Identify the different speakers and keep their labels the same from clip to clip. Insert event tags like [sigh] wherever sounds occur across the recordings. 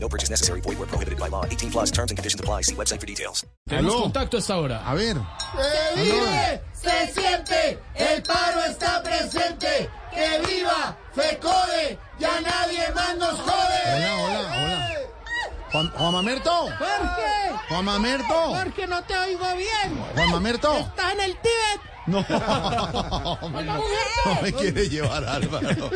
Speaker 1: No purchase necessary. Void where prohibited by law. 18 plus terms and conditions apply. See website for details.
Speaker 2: Tenemos
Speaker 3: Aló.
Speaker 2: contacto hasta ahora.
Speaker 3: A ver.
Speaker 4: ¡Se vive! ¡Se siente! ¡El paro está presente! ¡Que viva! ¡FECODE! ¡Ya nadie más nos jode!
Speaker 3: Hola, hola, hola. Juan, Juan Mamerto.
Speaker 4: ¡Jorge!
Speaker 3: Juan Mamerto.
Speaker 4: ¡Jorge, no te oigo bien!
Speaker 3: Juan Mamerto.
Speaker 4: ¡Estás en el Tíbet!
Speaker 3: No. me- [laughs] No me quiere llevar Álvaro.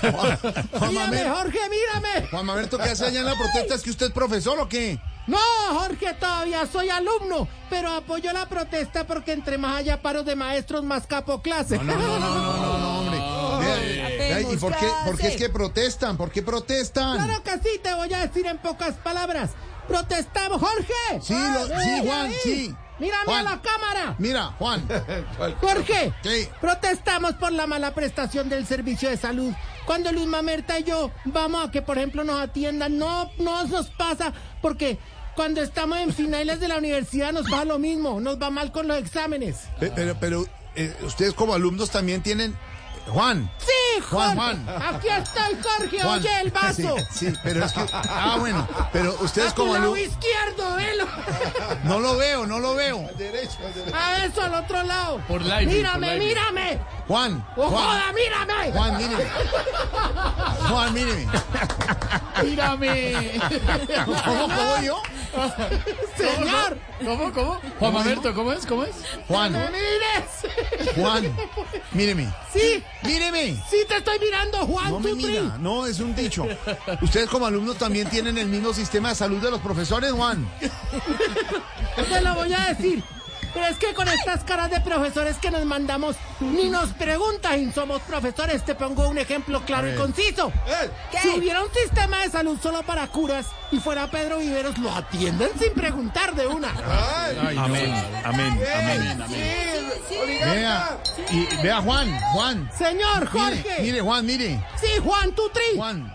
Speaker 3: Juan, Juan
Speaker 4: ¡Mírame,
Speaker 3: Mamerto.
Speaker 4: Jorge, mírame!
Speaker 3: Juan Mamerto, ¿qué hace allá en la protesta? ¿Es que usted es profesor o qué?
Speaker 4: No, Jorge, todavía soy alumno, pero apoyo la protesta porque entre más haya paros de maestros, más capo clase.
Speaker 3: No, no, no, no, no, no, hombre. Vea, vea, ¿Y por qué, por qué es que protestan? ¿Por qué protestan?
Speaker 4: Claro que sí, te voy a decir en pocas palabras. ¡Protestamos, Jorge!
Speaker 3: Sí, lo- sí, Juan, sí.
Speaker 4: ¡Mírame
Speaker 3: Juan.
Speaker 4: a la cámara!
Speaker 3: Mira, Juan.
Speaker 4: Jorge,
Speaker 3: Sí.
Speaker 4: protestamos por la mala prestación del servicio de salud. Cuando Luz Mamerta y yo vamos a que, por ejemplo, nos atiendan, no, no nos pasa porque cuando estamos en finales de la universidad nos va lo mismo, nos va mal con los exámenes.
Speaker 3: Pe- Pero, pero eh, ustedes como alumnos también tienen... Juan.
Speaker 4: Sí, Jorge.
Speaker 3: Juan, Juan.
Speaker 4: Aquí estoy, Jorge.
Speaker 3: Juan.
Speaker 4: Oye, el vaso.
Speaker 3: [laughs] Sí, sí, pero es que... Ah, bueno. Pero ustedes
Speaker 4: A tu
Speaker 3: como
Speaker 4: lado
Speaker 3: alumnos...
Speaker 4: izquierdo, velo.
Speaker 3: No lo veo, no lo veo.
Speaker 4: A eso, al otro lado.
Speaker 2: Por Lively,
Speaker 4: mírame,
Speaker 2: por Lively.
Speaker 4: mírame.
Speaker 3: Juan,
Speaker 4: ¡Oh,
Speaker 3: Juan,
Speaker 4: joda, mírame!
Speaker 3: Juan, míreme. Juan, míreme.
Speaker 4: [laughs]
Speaker 2: Mírame.
Speaker 3: ¿Cómo, cómo yo?
Speaker 4: ¡Señor!
Speaker 2: ¿Cómo, cómo? Juan Mamerto, ¿cómo es? ¿Cómo es?
Speaker 4: ¡Me
Speaker 3: Juan,
Speaker 4: mires!
Speaker 3: Juan, míreme.
Speaker 4: Sí,
Speaker 3: Míreme.
Speaker 4: sí te estoy mirando, Juan
Speaker 3: No me
Speaker 4: Tutri.
Speaker 3: mira, no, es un dicho. Ustedes como alumnos también tienen el mismo sistema de salud de los profesores, Juan.
Speaker 4: Te lo voy a decir. Pero es que con estas caras de profesores que nos mandamos, ni nos preguntas y somos profesores. Te pongo un ejemplo claro y
Speaker 3: ver. Eh.
Speaker 4: conciso. Si hubiera un sistema de salud solo para curas y fuera Pedro Viveros, lo atienden sin preguntar de
Speaker 3: Ah.
Speaker 4: una.
Speaker 2: Amén, amén, amén, amén.
Speaker 3: Vea, y, vea Juan, Juan.
Speaker 4: Señor Jorge.
Speaker 3: Mire, mire, Juan, mire.
Speaker 4: Sí, Juan Tutri.
Speaker 3: Juan,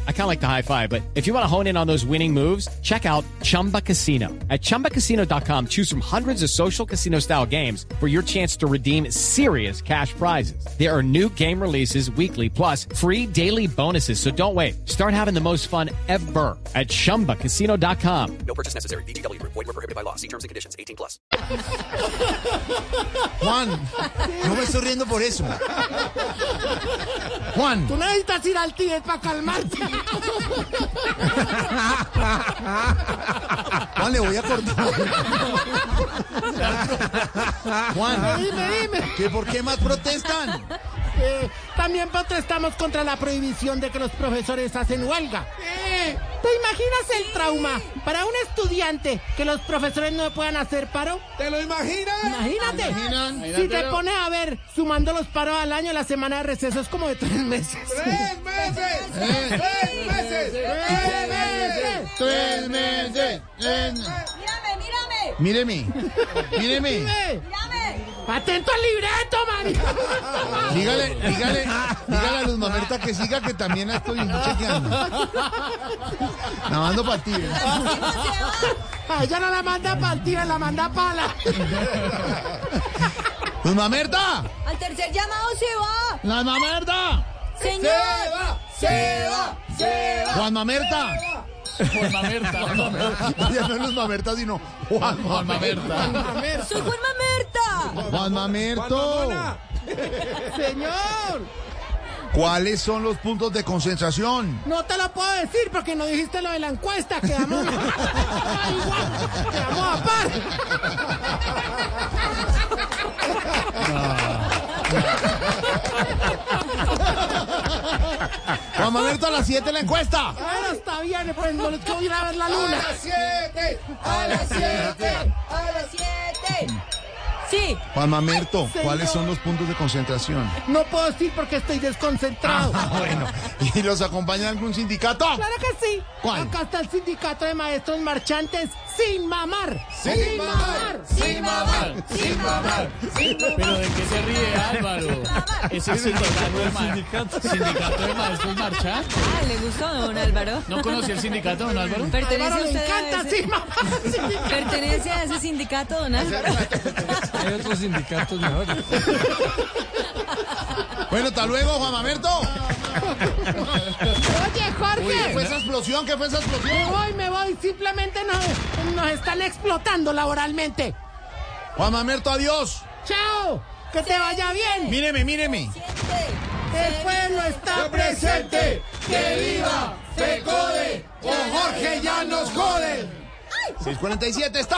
Speaker 5: I kind of like the high five, but if you want to hone in on those winning moves, check out Chumba Casino. At chumbacasino.com, choose from hundreds of social casino style games for your chance to redeem serious cash prizes. There are new game releases weekly, plus free daily bonuses. So don't wait. Start having the most fun ever at chumbacasino.com.
Speaker 1: No purchase necessary. BGW. Void were prohibited by law. See terms and conditions. 18 plus.
Speaker 3: Juan, no me estoy riendo por eso. Juan.
Speaker 4: Tú necesitas ir al Tíbet
Speaker 3: [laughs]
Speaker 4: para calmarte.
Speaker 3: Juan, le voy a cortar. Juan,
Speaker 4: Dime, dime.
Speaker 3: ¿que ¿por qué más protestan?
Speaker 4: Eh, también protestamos contra la prohibición de que los profesores hacen huelga. ¿Te imaginas el trauma para un estudiante que los profesores no puedan hacer paro?
Speaker 2: ¿Te lo imaginas?
Speaker 4: Imagínate.
Speaker 3: Imaginan.
Speaker 4: Si te pones a ver, sumando los paros al año, la semana de receso es como de tres meses.
Speaker 2: ¡Tres meses!
Speaker 3: Eh,
Speaker 2: ¡Tres meses!
Speaker 4: ¡Tres meses!
Speaker 3: Tres meses. eh,
Speaker 6: Mírame, mírame,
Speaker 3: Míreme. Míreme.
Speaker 4: Eh,
Speaker 6: mírame.
Speaker 4: ¡Atento al libreto, man!
Speaker 3: Dígale, dígale, dígale a Luz Mamerta que siga, que también la estoy chequeando. Navando para ti. ¿eh?
Speaker 4: Ah, Ella no la manda para tío, la manda pala.
Speaker 3: ¡Luz Mamerta!
Speaker 6: Al tercer llamado se va.
Speaker 3: ¡La Mamerta!
Speaker 6: Señor. Se va, se va.
Speaker 3: ¡Juan Mamerta!
Speaker 2: Juan Mamerta.
Speaker 3: [laughs] Ya no es Luz Mamerta, sino Juan Mamerta.
Speaker 6: Soy Juan Mamerta.
Speaker 3: Juan Mamerto.
Speaker 4: Señor,
Speaker 3: ¿Cuáles son los puntos de concentración?
Speaker 4: no te lo puedo decir porque no dijiste lo de la encuesta.
Speaker 6: [laughs]
Speaker 4: Quedamos. [laughs] Ay, guau, Quedamos a par.
Speaker 3: Juan Manuel, a las 7 la encuesta.
Speaker 4: Bueno, está bien, pues no les quiero ir a ver la
Speaker 6: A
Speaker 4: luna.
Speaker 6: las 7, a las 7, a las 7.
Speaker 7: Sí.
Speaker 3: Juan Mamerto,
Speaker 4: señor.
Speaker 3: ¿cuáles son los puntos de concentración?
Speaker 4: No puedo decir porque estoy desconcentrado.
Speaker 3: [laughs] Ah, bueno. ¿Y los acompaña algún sindicato?
Speaker 4: Claro que sí.
Speaker 3: ¿Cuál?
Speaker 4: Acá está el sindicato de maestros marchantes sin mamar.
Speaker 6: Sin mamar, sin mamar, sin mamar, sin
Speaker 8: Pero
Speaker 6: mamar.
Speaker 8: de qué se ríe
Speaker 9: [laughs]
Speaker 8: Álvaro. Ese es el sindicato de ma- Sindicato de maestros marchantes.
Speaker 7: Ah, ¿le gustó, don Álvaro?
Speaker 8: ¿No conoció el sindicato, don Álvaro?
Speaker 7: ¿Pertenece
Speaker 4: Álvaro, le
Speaker 7: usted a
Speaker 4: encanta
Speaker 7: ese-
Speaker 4: sin
Speaker 6: [laughs]
Speaker 4: mamar.
Speaker 7: ¿Pertenece a ese sindicato, don Álvaro?
Speaker 9: Hay otros sindicatos mejores.
Speaker 3: [laughs] Bueno, hasta luego, Juan Mamerto.
Speaker 6: Ah,
Speaker 4: Oye,
Speaker 3: ¿Qué
Speaker 4: Jorge.
Speaker 6: pues,
Speaker 3: fue esa explosión? ¿Qué fue esa
Speaker 4: Me
Speaker 3: explosión?
Speaker 4: voy, me voy. Simplemente nos, nos están explotando laboralmente.
Speaker 3: Juan Mamerto, adiós.
Speaker 4: ¡Chao! ¡Que te vaya bien!
Speaker 3: Míreme, míreme.
Speaker 4: El pueblo está presente. ¡Que viva!
Speaker 6: FECODE o Jorge ya nos jode.
Speaker 3: 647 está.